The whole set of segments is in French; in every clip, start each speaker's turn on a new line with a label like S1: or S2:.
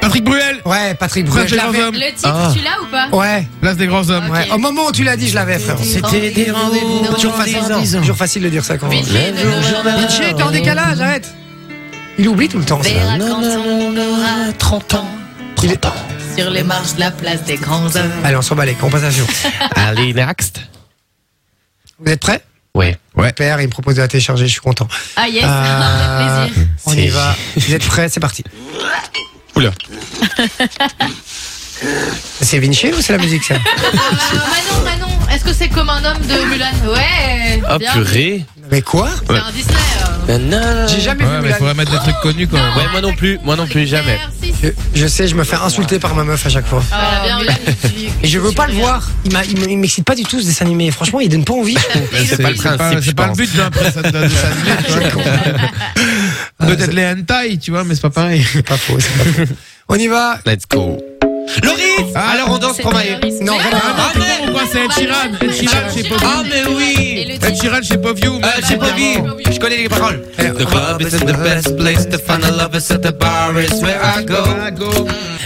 S1: Patrick Bruel
S2: Ouais, Patrick
S1: Place
S2: Bruel,
S1: des
S2: je
S1: grands
S2: l'avais.
S1: hommes
S3: Le titre,
S4: Ah.
S3: tu l'as ou pas
S2: Ouais,
S1: Place des grands hommes
S2: ouais.
S3: Ok.
S2: Au moment où tu l'as dit, je l'avais, frère.
S4: C'était des rendez-vous
S2: Toujours
S4: dans
S2: facile,
S4: dix ans.
S2: toujours facile de dire ça quand même.
S3: Vinci de
S4: Le jour
S3: Novembre.
S4: Vinci
S2: Vinci, t'es en décalage, arrête. Il oublie tout le temps. ça.
S3: Verra
S4: Non,
S3: quand
S4: non,
S3: on
S4: non,
S3: aura
S4: non, 30 ans. 30 ans.
S3: sur les marches de la place des grands hommes.
S2: Allez, on s'en bat les couilles, on passe à jour.
S4: Allez, next.
S2: Vous êtes prêts
S4: Ouais.
S2: Père, il me propose de la télécharger, je suis content.
S3: Ah yes,
S2: Euh,
S3: plaisir.
S2: on y
S4: C'est-
S2: va. Vous êtes prêts C'est parti.
S1: Oula.
S2: C'est Vinci ou c'est la musique ça
S3: Ah, Manon, Manon, est-ce que c'est comme un homme de Mulan Ouais
S4: Oh,
S3: bien.
S4: purée.
S2: Mais quoi
S3: C'est un Disney. euh.
S4: Non, non, non.
S2: J'ai jamais
S1: Ouais,
S2: vu
S1: mais
S2: Mulan.
S1: faudrait mettre des trucs connus quand même.
S4: Ouais, moi non plus, moi non plus, jamais.
S3: Si, si.
S2: Je, je sais, je me fais insulter par ma meuf à chaque fois.
S3: Ah, bien, Mulan, tu-
S2: Et je veux
S3: tu
S2: pas le
S3: regardes.
S2: voir. Il m'a- il m'excite pas du tout ce dessin animé. Franchement, il donne pas envie. je trouve.
S4: Mais c'est pas le
S1: C'est pas,
S4: principe,
S1: c'est
S4: je
S1: pas le
S4: pense.
S1: but hein, d'un presse- d'un dessin animé, tu vois. Peut-être les hentai, tu vois, mais c'est pas pareil. Ah,
S2: C'est pas faux. c'est pas faux. On y va.
S4: Let's go. Loris
S1: Ah.
S4: Alors on danse
S3: C'est
S4: travailler.
S3: un risque.
S2: Non,
S3: Mais
S2: vraiment.
S3: non,
S1: Ah,
S4: mais-
S1: non, moi, c'est Ed Sheeran. Ed Sheeran,
S3: Ah,
S1: chez
S3: Sheeran.
S1: Povy.
S4: Ah, mais
S3: Et le
S4: oui
S1: Ed
S3: titre,
S1: Sheeran, chez Poview.
S4: euh, C'est Bobby Je connais les paroles. Eh, The club is the best place to find a lover, so the bar is where
S1: Ah,
S4: I go.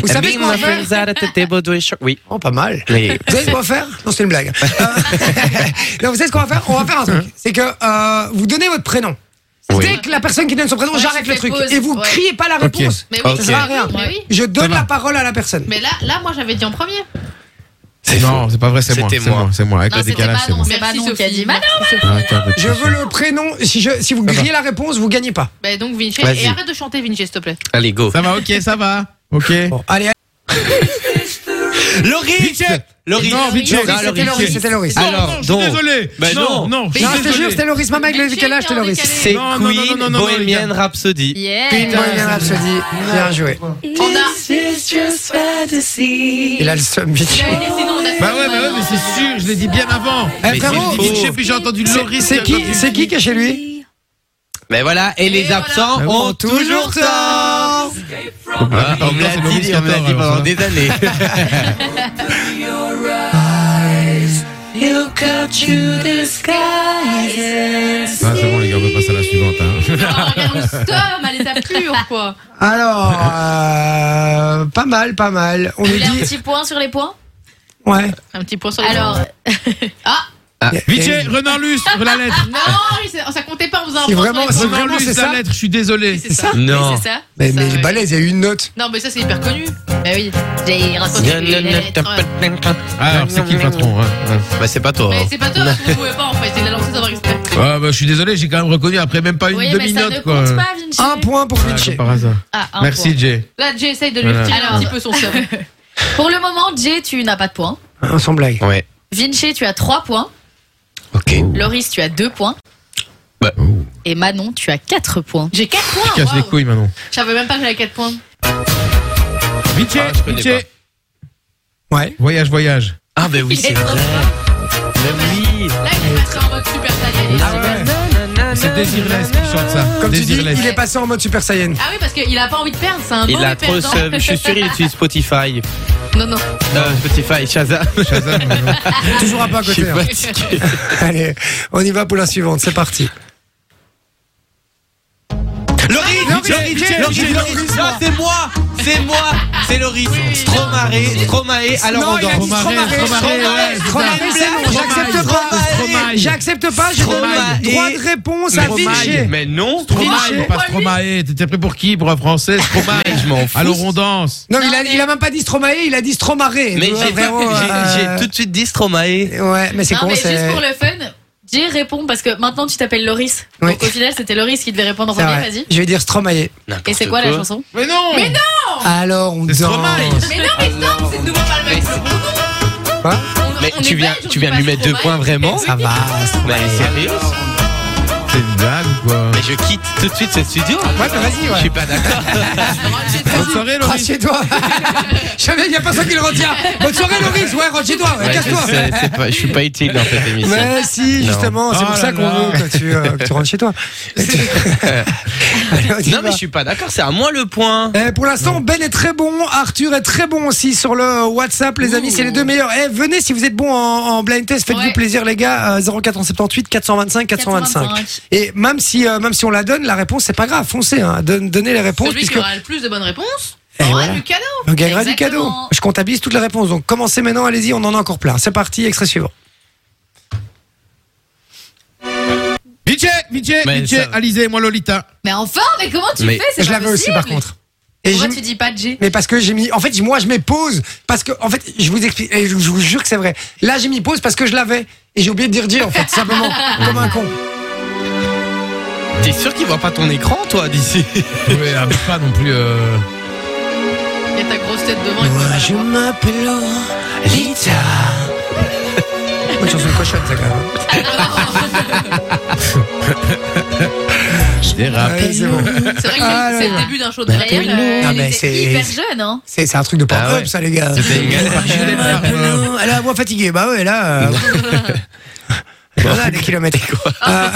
S2: Vous savez ce qu'on va faire
S4: Oui.
S2: Oh, pas mal.
S4: Mais
S2: Vous savez ce qu'on va faire Non, c'est une blague. Euh, non, vous savez ce qu'on va faire On va faire un truc. C'est que euh, vous donnez votre prénom.
S4: Oui.
S2: Dès que la personne qui donne son prénom,
S3: Ouais,
S2: j'arrête
S3: tu
S2: le
S3: fais
S2: truc.
S3: pause,
S2: Et vous
S3: ouais.
S2: criez pas la réponse.
S3: Mais oui,
S4: Ok.
S3: ça
S2: sert à rien.
S3: Mais oui.
S2: Je donne
S1: va.
S2: la parole à la personne.
S3: Mais là, là, moi j'avais dit en premier.
S4: c'est
S1: Non,
S4: faux.
S1: c'est pas vrai, c'est moi.
S4: C'était
S1: C'est
S4: moi.
S1: moi, c'est moi. Avec
S3: Non,
S1: le
S3: c'était
S1: décalage, c'est
S3: Manon,
S1: moi.
S3: c'est Manon qui a dit Manon.
S1: Ah, attends, attends,
S2: Je veux le prénom. Si, je, si vous
S1: va.
S2: criez la réponse, vous gagnez pas.
S3: Bah, donc Vinci,
S4: Vas-y.
S3: et arrête de chanter Vinci, s'il te plaît.
S4: Allez, go.
S1: Ça va, ok, ça va. Ok.
S2: Bon, allez,
S4: Loris Loris
S1: Non, vite, Loris, Ah,
S4: Ah,
S2: c'était Loris, c'était Loris.
S1: Non,
S4: Alors,
S1: non, je suis
S4: donc.
S1: désolé.
S4: Bah,
S1: non,
S4: non.
S1: non, je suis
S2: Non, je te
S1: désolé.
S2: jure, c'était Loris. Ma mec, le décalage, c'était Loris.
S3: Vinci,
S4: C'est
S1: Non, non, non, non, non,
S4: Queen,
S1: non,
S4: Bohemian
S1: regarde.
S4: Rhapsody.
S3: Yeah.
S2: Moi, bien Rhapsody. Bien joué.
S3: On a.
S2: Il a le seum, bitch.
S3: Sinon, on a.
S1: Bah ouais, bah ouais, mais c'est sûr, je l'ai dit bien avant.
S2: Eh,
S4: Mais
S2: frérot,
S4: c'est
S1: Vinci, puis j'ai entendu
S2: c'est-
S1: Loris.
S2: c'est qui, c'est qui qui est chez lui
S4: Mais voilà, et les
S3: voilà.
S4: absents
S1: Ah oui.
S4: ont toujours tort
S1: Ah,
S4: Ah, On me l'a dit, on me l'a dit pendant des années.
S1: Ah, c'est bon, les gars, on peut passer à la suivante. Hein.
S3: Non, regarde, on stomme, elle les a plus, ou quoi.
S2: Alors, euh, pas mal, pas mal. On nous
S5: voulez un
S2: dit,
S5: petit point sur les points
S2: ouais.
S3: Un petit point sur les
S5: Alors,
S3: Ah,
S1: Vichy, Renan Luce, la lettre.
S3: non, oui, c'est- ça comptait pas, on faisait un
S2: Si
S3: point
S2: vraiment-
S3: sur
S2: si
S3: les points.
S1: Renan
S2: Vraiment, c'est
S1: Luce,
S2: ça
S1: la lettre, je suis désolé.
S3: Oui, C'est ça.
S4: Non.
S3: Oui, c'est ça.
S2: Mais,
S3: C'est
S2: mais
S3: ça,
S2: il est
S3: ouais.
S2: balèze, il y a eu une note.
S3: Non, mais ça, c'est hyper connu. Mais oui.
S5: Bah j'ai
S3: Quand tu lis les lettres, ouais.
S1: Ah, alors, c'est qui le patron hein, hein.
S4: Bah, c'est pas toi.
S3: Mais
S4: hein.
S3: c'est pas toi, parce qu'on ne pouvait pas, en fait. Il a lancé d'avoir exprès.
S1: Ah, bah, je suis désolé, j'ai quand même reconnu après même pas une
S5: Oui, mais ça ne
S1: demi-note, quoi.
S5: compte pas, Vinci.
S2: Un point pour
S1: Ah,
S2: Vinci.
S1: comme par hasard.
S5: Ah, un
S1: Merci,
S5: point.
S1: Jay.
S3: Là, Jay essaye de lui
S1: Voilà.
S3: retirer un
S5: Alors.
S3: petit peu son seum.
S5: Pour le moment, Jay, tu n'as pas de points.
S2: Ah, Sans blague.
S4: Ouais.
S5: Vinci, tu as 3 points.
S4: Ok.
S5: Loris, tu as 2 points.
S4: Bah,
S5: Et Manon, tu as 4 points.
S3: J'ai 4
S2: Ah,
S3: points.
S1: Casse les
S3: waouh.
S1: couilles maintenant.
S3: Je savais même pas que j'avais 4 points.
S1: Vichy,
S4: Ah, je connais
S1: Vichy.
S4: pas.
S2: Ouais.
S1: Voyage, voyage.
S4: Ah, bah oui,
S3: Il est
S4: c'est
S3: trop
S4: vrai. Mais oui.
S3: Là, il est passé en mode super saiyan. Ah,
S1: C'est Désirless qui chante ça.
S2: Comme tu dis,
S1: Désirless.
S2: il est passé en mode Super Saiyan.
S3: Ah oui, parce qu'il a pas envie de perdre, c'est un
S4: Il
S3: mauvais
S4: a trop
S3: perdant.
S4: seum. Je suis sûr, il utilise Spotify.
S3: Non, non.
S4: Euh, Spotify, Shazam.
S1: Shazam, maintenant.
S2: Toujours un pas à
S4: Je
S2: côté.
S4: suis
S2: hein.
S4: fatigué.
S2: Allez, on y va pour la suivante, c'est parti.
S4: Loris
S2: Loris,
S4: Loris
S2: Loris,
S4: Loris
S2: Loris,
S4: Loris Non, c'est moi C'est moi C'est Loris Stromae Stromae, alors
S2: Non,
S4: on
S2: il a dit
S4: danse
S2: Stromae,
S1: Stromae,
S2: Stromae, c'est non, j'accepte pas.
S4: Stromae.
S2: J'accepte pas, je
S4: Stromae.
S2: donne droit de réponse à
S1: Stromae.
S2: Vinci.
S4: Mais non
S1: Stromae,
S2: Vinci.
S1: pas Stromae. T'étais pris pour qui Pour un français Stromae.
S4: Mais je m'en fous.
S1: Alors on danse.
S2: Non, il a, il a même pas dit Stromae, il a dit Stromae.
S4: Mais j'ai j'ai-
S2: euh,
S4: j'ai tout de suite dit Stromae
S2: tout. Ouais, mais c'est
S5: Non,
S2: con,
S5: mais
S2: c'est.
S5: juste pour le fun, Jay répond parce que maintenant tu t'appelles Loris.
S2: Oui.
S5: Donc au final, c'était Loris qui devait répondre en
S2: c'est
S5: premier.
S2: vrai.
S5: Vas-y.
S2: Je vais dire Stromae.
S4: N'importe
S5: Et c'est quoi, la chanson
S1: Mais non Mais non
S2: Alors, on
S1: C'est
S2: danse.
S1: Stromae.
S3: Mais non, mais non, c'est de nouveau pas le même.
S2: Quoi
S3: On-
S4: Mais
S3: on est
S4: tu viens,
S3: belge, on dit
S4: tu viens
S3: pas
S4: lui mettre deux
S3: Stromae.
S4: points vraiment
S2: Ça va, Stromae.
S4: Mais sérieux
S1: C'est une blague ou quoi
S4: Mais je quitte tout de suite ce studio
S2: Ouais, mais bah, vas-y,
S4: Je
S2: ouais.
S4: suis pas d'accord
S1: Bonne soirée,
S2: Rentre
S1: Loris.
S2: chez toi. Jamais, il n'y a personne qui le retient. Bonne soirée, Loris. Ouais, rentre chez toi. ouais,
S4: Ouais,
S2: Casse-toi.
S4: je sais, c'est pas- Je suis pas utile dans cette émission
S2: Mais si,
S4: Non.
S2: justement, c'est
S1: Oh
S2: pour
S1: là
S2: ça qu'on
S1: là.
S2: veut que tu, euh, que tu rentres chez toi. Et tu- Allez, on y
S4: Non
S2: va.
S4: mais je suis pas d'accord, c'est à moi le point
S2: Eh, pour l'instant, Ben est très bon, Arthur est très bon aussi sur le WhatsApp, les amis, c'est les deux meilleurs. Eh, venez si vous êtes bon en, en blind test, faites-vous
S3: Ouais.
S2: plaisir les gars, euh, 0478 425 425. Et même si euh, même si on la donne, la réponse c'est pas grave, foncez, hein. Donne- donnez les réponses
S3: Celui
S2: puisque
S3: qui aura le plus de bonnes réponses.
S2: Et
S3: On aura
S2: voilà.
S3: du cadeau.
S2: On gagnera du cadeau.
S3: Exactement.
S2: Je comptabilise toutes les réponses. Donc commencez maintenant, allez-y, on en a encore plein. C'est parti, extrait suivant.
S1: Vinci, Vinci,
S4: Mais
S1: Vinci,
S4: ça-
S1: Alizé, moi Lolita.
S3: Mais enfin, mais comment tu
S4: Mais
S3: fais C'est
S2: Je
S3: pas
S2: l'avais aussi par
S3: possible.
S2: contre. Et
S3: Pourquoi
S2: j'ai-
S3: tu dis pas G
S2: Mais parce que j'ai mis. En fait, moi, je mets pause. Parce que, en fait, je vous explique. Et je je vous jure que c'est vrai. Là, j'ai mis pause parce que je l'avais. Et j'ai oublié de dire dire, en fait, simplement. comme un con.
S4: T'es sûr qu'il voit pas ton écran, toi, d'ici
S1: Mais avec pas non plus. euh,
S3: Il y a ta grosse tête devant. il faut pas la voir.
S2: m'appelle Lita. Une chanson de cochonne, ça, quand même.
S4: Je dérape.
S2: Ouais, c'est bon.
S3: C'est vrai que
S2: Ah,
S3: c'est- c'est
S2: là,
S3: le
S2: là.
S3: début d'un show de réel. euh,
S2: Ah,
S3: Elle
S2: mais
S3: était
S2: c'est-
S3: hyper jeune, hein.
S2: C'est c'est un truc de pop-up,
S4: Ah ouais.
S2: ça, les gars.
S4: C'était une galère.
S2: Je m'appelle- Elle a la voix fatiguée. Bah ouais, là. euh, Voilà, des kilomètres. Euh,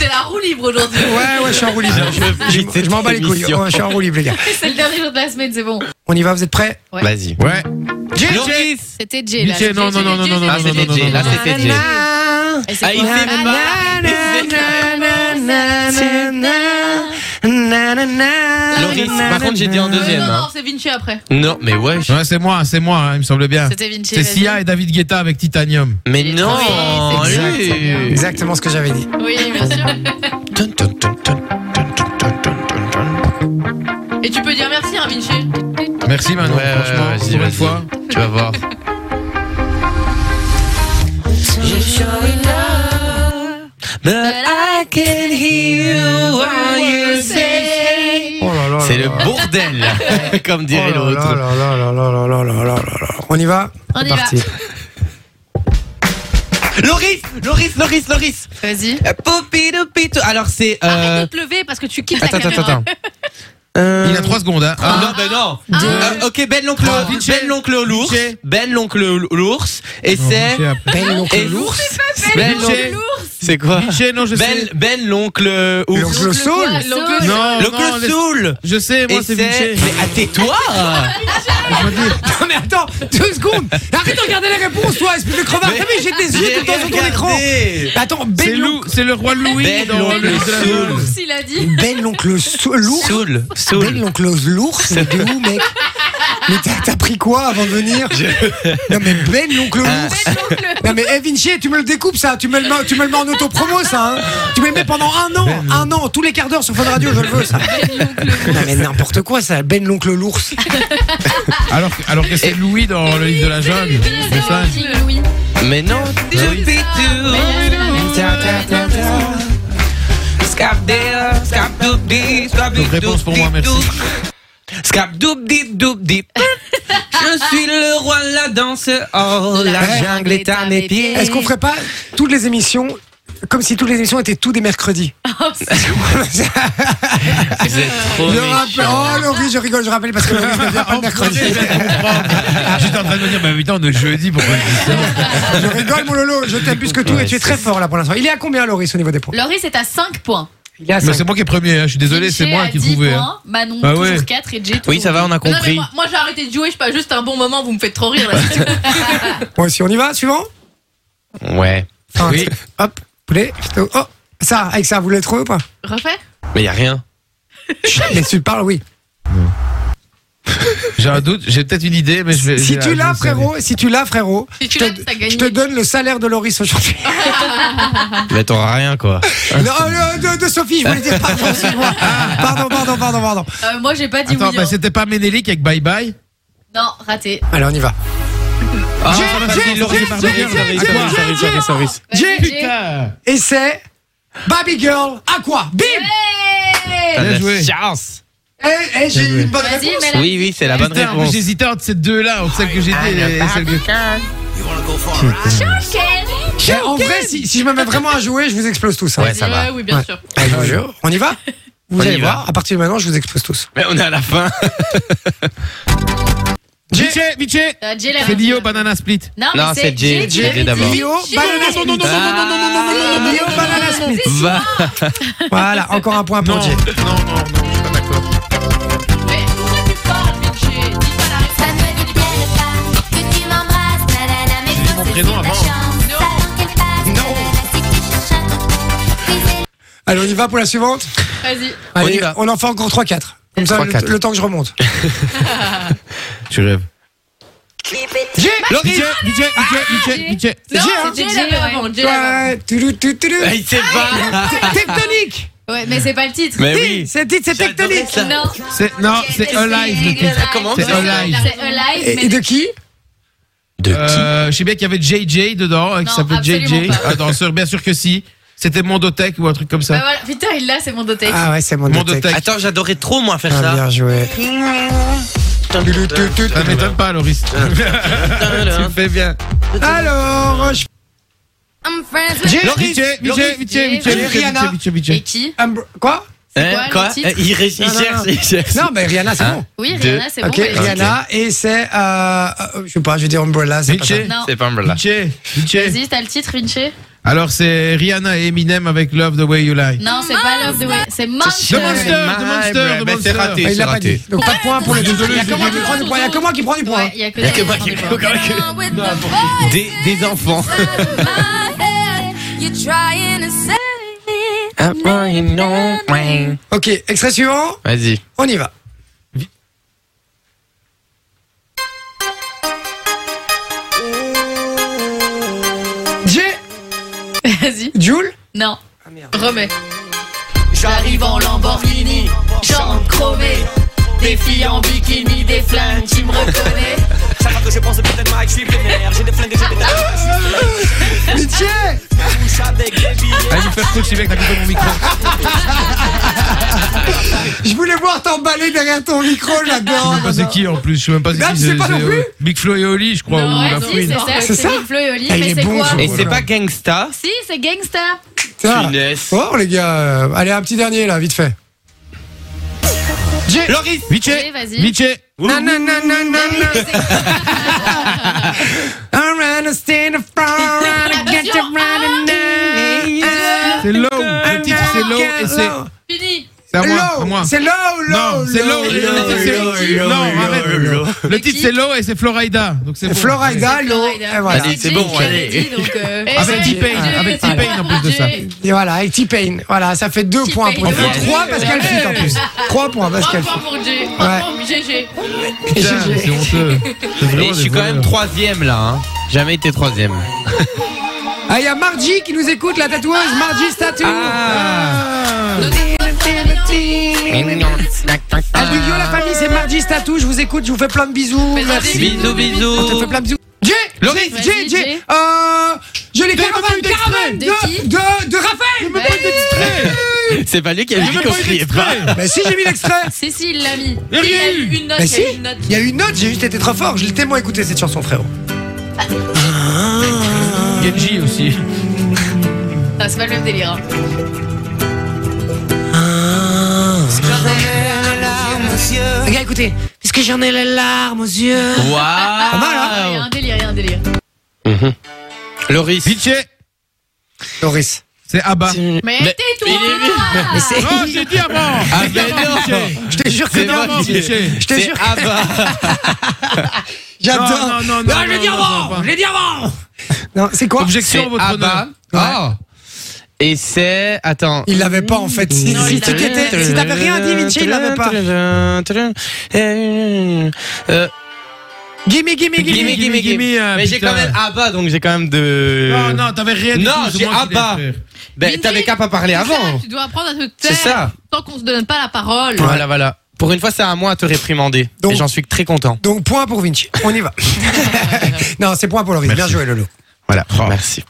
S3: C'est la roue libre aujourd'hui.
S2: Ouais, ouais, je suis en roue libre.
S4: Je veux plus
S2: Je- Je m'en bats les couilles.
S4: émission.
S2: Ouais, Je suis en roue libre, les gars.
S5: C'est le dernier jour de la semaine, c'est bon.
S2: On y va, vous êtes prêts
S4: Vas-y.
S1: Ouais.
S4: Yoris
S5: C'était Jay là.
S1: Michel,
S5: C'était
S1: non, non, non, non,
S5: Jay, Jay,
S1: non,
S5: Jay, Jay,
S1: non,
S5: Jay,
S1: non,
S5: Jay,
S1: non,
S5: Jay,
S4: Là,
S5: Jay.
S4: c'était Jay.
S5: Et c'est
S4: Ah, il
S5: quoi
S4: fait
S5: Ah,
S4: Loris, par contre, j'ai dit en
S3: Euh,
S4: deuxième.
S3: Non,
S4: hein.
S3: non, c'est Vinci après.
S4: Non, mais wesh.
S1: Ouais, c'est moi, c'est moi, hein, il me semble bien.
S5: C'était Vinci.
S1: C'est Sia et David Guetta avec Titanium.
S4: Mais
S5: Il est
S4: non
S5: trop vieil,
S2: Exact.
S4: lui.
S2: Exactement ce que j'avais dit.
S5: Oui, bien sûr.
S4: Dun, dun, dun, dun, dun, dun, dun, dun, dun, dun.
S3: Et tu peux dire merci, hein, Vinci.
S1: Merci Manon,
S4: Ouais, ouais,
S1: franchement,
S4: vas-y,
S1: pour une
S4: vas-y.
S1: fois.
S4: Tu vas voir.
S2: Oh là là.
S4: C'est
S2: là
S4: le
S2: là.
S4: bordel,
S2: Oh
S4: comme
S2: là
S4: dirait
S2: là là
S4: l'autre.
S2: là là là là là là là là. On y va
S5: On
S2: C'est
S5: y va.
S2: parti.
S4: Loris, Loris, Loris, Loris.
S5: Vas-y.
S4: Euh, Poupi, doupi, tout. Alors c'est. euh,
S5: Arrête de te lever parce que tu quittes
S4: Attends,
S5: la
S4: attends,
S5: caméra.
S4: attends.
S2: Euh,
S1: Il a 3 secondes. Hein.
S4: Ah, non,
S1: Un,
S4: ben non.
S5: Ah.
S4: Euh, ok, Ben l'oncle,
S1: Ah, Vinci.
S4: Ben l'oncle l'ours,
S1: Vinci.
S4: Ben l'oncle l'ours, et
S1: non,
S4: c'est.
S1: Vinci après.
S2: Belle
S4: Et
S2: l'oncle l'ours.
S4: Ben
S1: Vinci.
S4: l'oncle- C'est quoi
S1: Vinci, non, je
S4: Ben,
S1: sais.
S4: ben l'oncle ours.
S2: L'oncle Saul.
S5: L'oncle-
S1: Non, non,
S4: L'oncle
S1: laisse-
S4: Soul.
S1: Je sais, moi
S4: Et
S1: c'est
S4: c'est.
S1: Vinci.
S4: Mais à tais-toi
S2: Non mais attends, deux secondes. Arrête de regarder les réponses, toi, espèce de crevard.
S4: Mais-
S2: T'as vu, j'ai tes yeux tout le temps sur ton écran. Attends,
S1: C'est
S2: belle
S1: Lou- c'est le roi Louis
S4: Ben
S1: dans
S4: l'oncle
S1: le de la
S4: Soul.
S1: Meuse.
S5: Il a dit.
S2: Belle l'oncle Saul- l'ours.
S4: Soul,
S2: Belle
S4: Soul.
S2: l'oncle l'ours. Mais de où, mec Mais t'as- t'as pris quoi avant de venir Non mais belle l'oncle l'ours. Non mais eh, Vinci, tu me le découpes ça, tu me le mets, tu me le mets en autopromo ça, hein. tu me le mets pendant un an, un an, tous les quarts d'heure sur Fun Radio, je le veux ça. Non mais n'importe quoi ça, Ben l'oncle l'ours.
S1: Alors, que- alors que c'est Louis dans le livre de la jungle. C'est ça.
S4: Mais non Toupi, tou. Ta, ta, ta, ta. Scapdea, scapdoubi, scapdoubi,
S1: Donc, réponse pour moi, merci.
S4: doubi, doubi. Scapdoubi, doubi. Je suis le roi de la danse, oh la
S5: Ouais.
S4: jungle est à mes pieds.
S2: Est-ce qu'on ferait pas toutes les émissions comme si toutes les émissions étaient tous des mercredis
S4: Vous êtes trop
S2: Je rappelle,
S4: méchants.
S2: oh Laurie, je rigole, je rappelle parce que Laurie ne vient pas le mercredi.
S1: J'étais en train de me dire, bah putain, on est jeudi, pourquoi je dis ça
S2: Je rigole mon Lolo, je t'aime plus que tout et
S4: Ouais,
S2: tu es
S4: c'est
S2: très fort là pour l'instant. Il est à combien Laurie au niveau des points
S5: Laurie, c'est à 5 points.
S2: Il est à
S1: Mais c'est
S2: cinq.
S1: moi qui est premier, hein, je suis désolé,
S5: Vinci
S1: c'est moi
S5: à
S1: qui
S5: 10
S1: pouvais. hein.
S5: points, Manon,
S1: Bah
S5: toujours
S1: ouais.
S5: 4 et Jay, toujours
S4: Oui, ça va, on a
S3: Non, mais
S4: compris.
S3: moi, moi j'ai arrêté de jouer, je passe juste un bon moment, vous me faites trop rire. Là.
S2: Moi aussi, on y va, suivant
S4: Ouais.
S2: Feinte.
S1: Oui.
S2: Hop, poulet, pito. oh, ça, avec ça, vous l'êtes trouvé ou pas
S5: Refais
S4: Mais y a rien.
S2: Mais tu parles, oui.
S1: J'ai un doute, j'ai peut-être une idée, mais je vais.
S2: Si
S1: j'ai-
S2: tu
S1: je
S2: l'as,
S1: vais savoir.
S2: frérot, si tu l'as, frérot,
S3: Si tu
S2: je
S3: l'as,
S2: te-
S3: t'as
S2: je
S3: gagné.
S2: te donne le salaire de Loris aujourd'hui.
S4: Mais t'auras rien, quoi.
S2: non, euh, de, de Sophie, je voulais dire pardon, excuse-moi. Pardon, pardon, pardon, pardon.
S5: Euh, Moi, j'ai pas dit
S1: Attends,
S5: oui.
S1: bah,
S5: hein.
S1: c'était pas Ménélique avec Bye Bye
S5: Non, raté.
S2: Allez, on y va.
S4: Ah,
S2: J'ai-
S4: ah,
S2: j'ai-
S4: vas-y,
S2: j'ai-
S4: Laurie,
S2: j'ai-
S4: pardon,
S2: j'ai-
S4: Laurie, Laurie,
S2: j'ai-
S4: Laurie,
S2: j'ai-
S4: Laurie,
S2: j'ai-
S4: Laurie, Laurie.
S5: Vas-y,
S2: J'ai-
S5: Jay.
S1: Putain
S2: Et c'est Baby Girl Aqua. Bim
S5: Hey
S4: T'as de la
S1: joué.
S4: chance.
S2: Eh, eh, j'ai
S1: Bien joué.
S2: une bonne
S5: Vas-y,
S2: réponse.
S5: mais là.
S4: Oui, oui, c'est la bonne
S1: Putain, en plus,
S4: réponse. Ah,
S1: j'hésitais entre ces deux-là, entre celle que j'ai dit et celle que.
S2: Eh, En vrai, si, si je me mets vraiment à jouer, je vous explose tous. hein.
S4: Ouais, ça va.
S3: Ouais, oui, bien
S2: Ouais.
S3: sûr.
S2: Eh, je vous jure. On y va Vous
S4: On
S2: allez
S4: y va.
S2: voir, à partir de maintenant, je vous explose tous.
S4: Mais on est à la fin.
S1: Vinci, Vinci
S5: Euh, Jay, la
S1: C'est
S5: raté.
S1: Lio Banana Split.
S5: Non,
S4: Non,
S5: mais
S4: c'est Jay,
S5: qui
S4: Jay
S5: l'avait dit.
S4: d'abord.
S2: Lio,
S1: bah,
S2: banana split. Lio, banana split.
S4: Va.
S2: Voilà, encore un point pour Jay.
S1: non, non, non, je suis pas d'accord.
S3: Mais
S1: hein.
S3: pourquoi tu parles, Vinci Dis pas la réponse.
S6: Ça ne me libère pas, que tu m'embrasses, nanana, mais
S1: J'ai dit
S6: faut
S1: mon
S6: se
S1: prénom
S6: faire la
S1: avant.
S6: chance.
S3: Non.
S6: Attends qu'elle passe, nanana, si tu cherches un truc, puis c'est
S2: Allez, on y va pour la suivante
S3: Vas-y.
S2: Allez,
S4: y va.
S2: en fait encore 3-4. Comme ça,
S1: Trois,
S2: le,
S1: quatre.
S2: le temps que je remonte.
S1: Tu rêves.
S2: J'ai
S1: Loris DJ, DJ, DJ, DJ.
S2: J'ai
S3: Non, c'est
S2: un-
S3: DJ l'avait avant. DJ
S1: hein.
S3: l'avait
S2: Ouais, toulou, toulou, toulou.
S4: Ah, Il sait pas.
S2: Tectonique
S3: avant. Ouais, mais c'est pas le titre.
S4: Mais
S2: Si,
S4: Eh oui.
S2: C'est le titre, c'est
S4: J'adorais
S2: tectonique
S4: ça.
S5: Non,
S1: C'est- Non, c'est Alive le titre.
S4: Comment
S1: C'est
S4: ça
S1: Alive.
S5: c'est Alive,
S2: Et et
S5: mais
S2: de qui
S4: De
S1: Euh, je sais bien qu'il y avait JJ dedans, euh, qui
S5: Non,
S1: s'appelait
S5: absolument
S1: JJ.
S5: pas.
S1: Ah, dans Sœur, bien sûr que si. C'était Mondotech ou un truc comme
S5: Bah
S1: ça.
S5: voilà. Putain, il l'a, c'est mon dotec.
S2: Ah ouais, c'est mon
S1: Mondotech.
S2: tech.
S4: Attends, j'adorais trop moi faire
S2: Ah,
S4: ça. Hein,
S2: bien joué. Toulou,
S5: Bah
S2: toulou, toulou.
S1: Ça m'étonne pas, Loris. tu le fais bien.
S2: Alors, je-
S3: I'm friends with
S2: j'ai
S1: Loris, DJ, DJ,
S5: Loris,
S1: DJ,
S5: DJ,
S1: DJ,
S2: Rihanna.
S1: DJ, DJ.
S5: Et qui
S2: un br- Quoi
S5: C'est
S4: Hein,
S5: quoi le
S4: Eh,
S5: titre
S4: Il ré- il
S2: Non, non,
S4: cherche,
S2: non.
S4: il cherche.
S2: Non, mais Rihanna, c'est
S4: Hein
S2: bon.
S5: Oui,
S1: Deux.
S5: Rihanna, c'est bon.
S2: Ok,
S5: mais-
S2: Rihanna, et c'est. euh, euh, Je sais pas, je vais dire Umbrella, c'est pas ça.
S1: DJ,
S5: Non.
S4: C'est pas mal là.
S1: DJ, DJ.
S5: Vas-y, t'as le titre, Vinci
S1: Alors, c'est Rihanna et Eminem avec Love the Way You Lie.
S5: Non, c'est pas Love the Way. C'est
S1: The Monster, The
S5: Monster.
S1: Monster, The
S4: Ben, c'est
S1: Monster. Bah,
S4: raté.
S2: Ah, Il l'a pas
S4: raté.
S2: dit. Donc pas de point pour les deux. Il y a que moi qui prends du point. Il y a que moi qui prends du point.
S5: Ouais, il y a que
S4: Il y a que
S5: toi
S4: moi
S5: qui
S4: qui
S5: prends des points.
S4: Des, des enfants.
S6: You're trying to save me.
S2: Ok, extrait suivant.
S4: Vas-y.
S2: On y va. J.
S5: Vas-y.
S2: Jules.
S5: Non.
S4: Ah,
S5: Remets. J'arrive en Lamborghini, jambes chromées, des filles en bikini, des flingues, tu me reconnais.
S7: Chaque fois que je pense peut-être Mike, je suis vénère. J'ai des flingues et j'ai des dames.
S2: Mitchell.
S7: Je touche avec des billets.
S1: Allez, je vais faire coach, c'est bien que t'as coupé mon micro.
S2: Je voulais voir t'emballer derrière ton micro,
S1: Je sais
S2: j'adore.
S1: même pas c'est qui en plus. Je sais même pas c'est
S2: Ah,
S1: qui.
S2: tu sais
S1: c'est-
S2: pas non
S1: c'est,
S2: plus
S1: euh, Big Flo et Oli, je crois. ou la
S5: Non,
S1: Fouine.
S5: si, c'est
S2: C'est
S5: ça,
S2: ça
S5: c'est Big Flo et Oli,
S2: Ah, il
S5: mais
S2: est
S5: c'est
S2: bon,
S5: quoi
S2: ce
S4: Et
S2: Oh
S4: c'est
S2: là.
S4: pas Gangsta.
S5: Si, c'est Gangsta.
S2: Ça.
S4: Finesse.
S2: Oh les gars, euh, allez un petit dernier là, vite fait.
S4: Loris.
S5: Allez,
S1: Miché,
S5: vas-y.
S1: Miché.
S2: Na, na, na, na, na, na. Around the state of Florida, get you round and down.
S1: C'est Low. Le titre, c'est Low et c'est.
S5: Fini.
S1: C'est à moi. à moi.
S2: Low, c'est low, low,
S1: Non, c'est Low.
S2: low,
S1: Le titre, c'est-
S2: low, low,
S1: Non,
S2: low,
S1: arrête.
S2: low, low.
S1: Le titre, c'est Low et c'est Florida. Donc c'est bon.
S2: Florida, low, et voilà.
S4: Vas-y, Ah, c'est
S5: Jay
S4: bon,
S5: qui avait
S4: allez.
S5: dit, donc, euh,
S1: Avec
S5: Jay,
S1: T-Pain,
S5: Jay,
S1: avec
S5: c'est
S1: T-Pain en
S5: bon.
S1: plus de ça.
S5: Jay.
S2: Et voilà, avec T-Pain. Voilà, ça fait deux points pour
S5: T-Pain.
S2: Enfin,
S5: Ouais.
S2: trois parce qu'elle fit en plus. Trois points parce
S5: Trois
S2: qu'elle
S5: points
S2: fit.
S5: pour Jay. Trois points pour GG.
S1: Putain, C'est honteux. C'est vraiment
S4: Et je
S1: des
S4: suis quand même
S1: voleurs.
S4: troisième là. hein. Jamais été troisième.
S2: Ah, il y a Margie qui nous écoute, la tatoueuse. Margie Statue.
S1: Ah.
S2: Ah, du Yo, la famille, c'est Margie Statue. Je vous écoute, je vous fais plein de bisous. Merci.
S4: Bisous,
S2: On te
S4: bisous.
S2: fait plein de bisous. Jay,
S1: Loris,
S2: Jay, Jay, Jay.
S5: vas-y, Jay.
S2: Euh, je l'ai caravane,
S1: pas eu d'extrait.
S2: caravane
S5: De
S2: de,
S5: qui
S2: de, de Raphaël.
S5: Ouais.
S4: C'est pas lui qui avait dit
S1: J'ai
S4: qu'on
S1: pas eu
S4: criait pas.
S1: d'extrait.
S2: Mais Bah, si, j'ai mis l'extrait.
S5: Si, si, il l'a mis.
S1: Mais
S5: Il y a
S1: rien
S5: eu
S1: eu.
S5: une note.
S2: Mais
S5: il y a eu
S2: si.
S5: une note.
S2: Il y a une note, j'ai juste été trop fort. Je l'ai tellement écouté cette chanson, frérot.
S1: Genji aussi.
S5: Ah, c'est pas le même délire. hein.
S2: Regarde, écoutez. Parce que j'en ai les larmes aux yeux.
S4: Waouh.
S5: Ah, Il y a un délire, il y a un délire.
S4: Loris.
S1: Miché,
S2: Loris.
S1: c'est Abba.
S5: Mais,
S4: Mais-
S5: tais-toi hein,
S4: il est-
S2: Mais c'est-
S1: Non, j'ai dit avant.
S4: Ah ben non.
S2: Je te jure que
S4: C'est
S2: non.
S4: moi qui-
S1: Miché.
S2: Je te
S4: C'est
S2: jure,
S4: Abba.
S2: j'adore.
S1: Non, non, non, non,
S2: je l'ai
S1: non,
S2: dit
S1: non,
S2: avant.
S1: non, non.
S2: Je l'ai dit avant. Non, c'est quoi
S1: Objection,
S4: C'est
S1: votre
S4: Abba.
S1: honneur.
S4: Oh. Et c'est. Attends.
S2: Il l'avait pas en fait. Si,
S5: Non,
S2: si
S5: il
S2: tu
S5: l'avait
S2: t'étais-
S5: pas.
S2: si t'avais rien dit, Vinci, il l'avait pas.
S4: Euh,
S2: Gimme, gimme, gimme.
S4: gimme, gimme, gimme.
S1: euh,
S4: Mais j'ai
S1: putain.
S4: quand même Abba, donc j'ai quand même de.
S1: Non, non, t'avais rien dit.
S4: Euh, Non, j'ai Abba. Ben,
S5: Vinci,
S4: t'avais qu'à pas parler avant.
S5: Tu dois apprendre à te
S4: C'est
S5: taire.
S4: ça.
S5: Tant qu'on se donne pas la parole.
S4: Voilà, voilà. Pour une fois, c'est à moi de te réprimander.
S2: Donc-
S4: Et j'en suis très content.
S2: Donc point pour Vinci. On y va. non, c'est point pour Loris. Bien joué, Lolo.
S4: Voilà.
S2: Oh.
S4: Merci.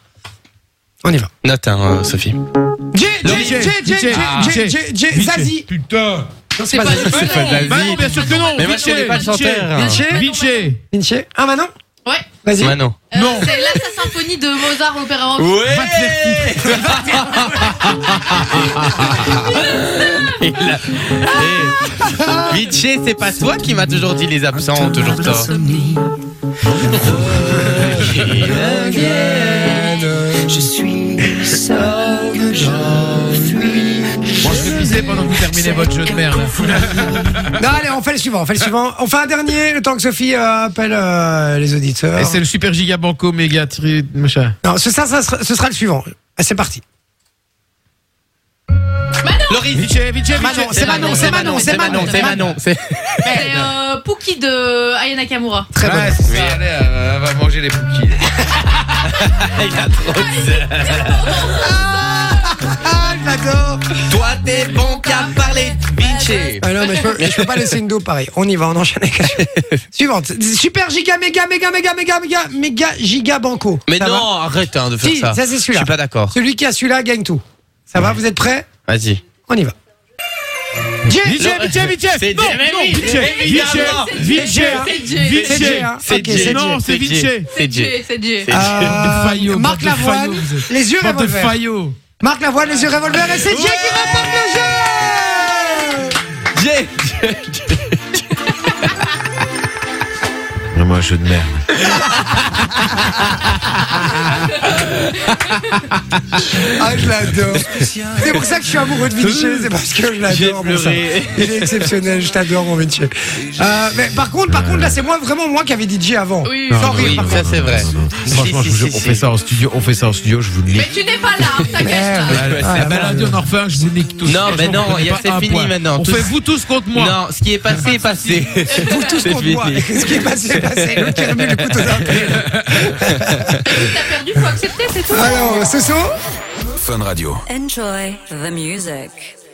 S2: On y va.
S4: Note, hein, euh, Sophie.
S2: J,
S1: Loris,
S2: J, J, J, J,
S4: Ah.
S2: J, J, J, Zazie.
S1: Putain.
S2: Non,
S5: C'est pas du tout
S4: pas
S5: ça.
S4: de la vie.
S1: Bah non, bien sûr que non.
S4: Mais moi,
S1: Vinci,
S4: je connais pas le
S1: Vinci,
S4: chanteur. hein.
S1: Vinci,
S2: Vinci
S1: Vinci.
S2: Vinci. Ah, Manon
S5: Ouais.
S2: Vas-y.
S4: Manon.
S5: Euh,
S1: Non.
S5: C'est la sa symphonie de Mozart, l'opéra
S1: Va
S5: rock.
S1: te faire foutre.
S4: Il a- Eh, Vinci, c'est pas toi qui m'as toujours dit les absents ont toujours tort.
S2: Euh,
S7: Je suis seul que j'enfuis.
S1: Bon, je vais pisser pendant que vous terminez votre jeu de merde.
S2: Non, allez, on fait le suivant. On fait le suivant. On fait un dernier le temps que Sophie euh, appelle euh, les auditeurs.
S1: Et c'est le super giga banco méga tri machin.
S2: Non, ce, ça, ça sera, ce sera le suivant. Ah, C'est parti.
S5: Manon
S4: Loris.
S1: Vinci, Vinci, Vinci.
S4: Manon, c'est Manon, c'est Manon, c'est Manon, c'est Manon. c'est-
S3: C'est euh, Pookie de Aya Nakamura.
S1: Très bonne.
S4: Oui.
S1: allez, euh, elle va manger les pouquilles.
S4: Il a trop de-
S2: Ah, je l'adore
S4: Toi, t'es bon qu'à parler, Vinci.
S2: Ah non, mais je peux, je peux pas laisser une dos pareil. On y va, on enchaîne. avec la- Suivante. Super giga, méga, méga, méga, méga, méga, méga, giga banco.
S4: Mais
S2: Ça va
S4: non, arrête hein, de faire
S2: Si,
S4: ça.
S2: ça, c'est
S4: Je
S2: celui-là.
S4: suis pas d'accord.
S2: Celui qui a celui-là gagne tout. Ça va, vous êtes prêts
S4: Vas-y.
S2: On y va.
S1: Vinci, Vinci, Vinci.
S4: C'est
S1: Non,
S4: Jay, mais
S1: non,
S4: oui,
S1: Vinci, Vinci,
S4: évidemment.
S1: Vinci, hein.
S3: C'est Jay.
S2: C'est Jay, hein.
S4: C'est
S2: Ok,
S4: Jay.
S2: c'est
S1: Non,
S2: Jay.
S1: c'est
S4: Jay.
S1: Vinci.
S4: C'est Jay.
S3: C'est Jay.
S4: C'est Jay.
S2: Euh,
S1: faillots,
S2: Marc
S1: Ah. bande de
S2: Lavoine,
S1: faillots, vous êtes-
S2: les yeux
S1: Bande de
S2: revolver.
S1: faillots.
S2: Marc Lavoine, les yeux revolver, et c'est Jay qui remporte le jeu
S4: Jay.
S1: Moi, jeu de merde.
S2: Ah, je l'adore. C'est pour ça que je suis amoureux de Vinci, c'est parce que je
S4: J'ai
S2: l'adore. mon sang.
S4: pleuré.
S2: Il est exceptionnel, je t'adore, mon Vinci. Euh, mais par contre, par contre, là, c'est moi, vraiment moi qui avais dit Jay avant.
S3: Oui,
S2: Sans rire,
S4: Oui,
S2: par
S4: ça
S2: contre.
S4: c'est vrai.
S1: Franchement,
S4: Si,
S1: je vous
S4: si,
S1: jure,
S4: si,
S1: on
S4: si.
S1: fait ça en studio, on fait ça en studio, je vous le dis.
S3: Mais tu n'es pas là,
S2: Eh,
S3: t'inquiète.
S2: Merde.
S4: Ouais,
S1: Ah,
S4: c'est
S1: bah,
S4: pas-
S1: lundi, on en refait un, je vous nique tous.
S4: Non, mais non,
S1: Franchement, vous
S4: y a-
S1: prenez
S4: c'est
S1: pas un
S4: fini
S1: point.
S4: maintenant.
S1: On
S4: Tous-
S1: fait vous tous contre moi.
S4: Non, ce qui est passé est passé.
S2: Vous tous
S4: C'est
S2: contre moi.
S4: fini.
S2: Ce qui est passé, c'est passé. L'autre qui remet le couteau dans le plaie.
S3: T'as perdu, faut accepter, c'est tout.
S2: Alors, Soso
S6: Enjoy the music.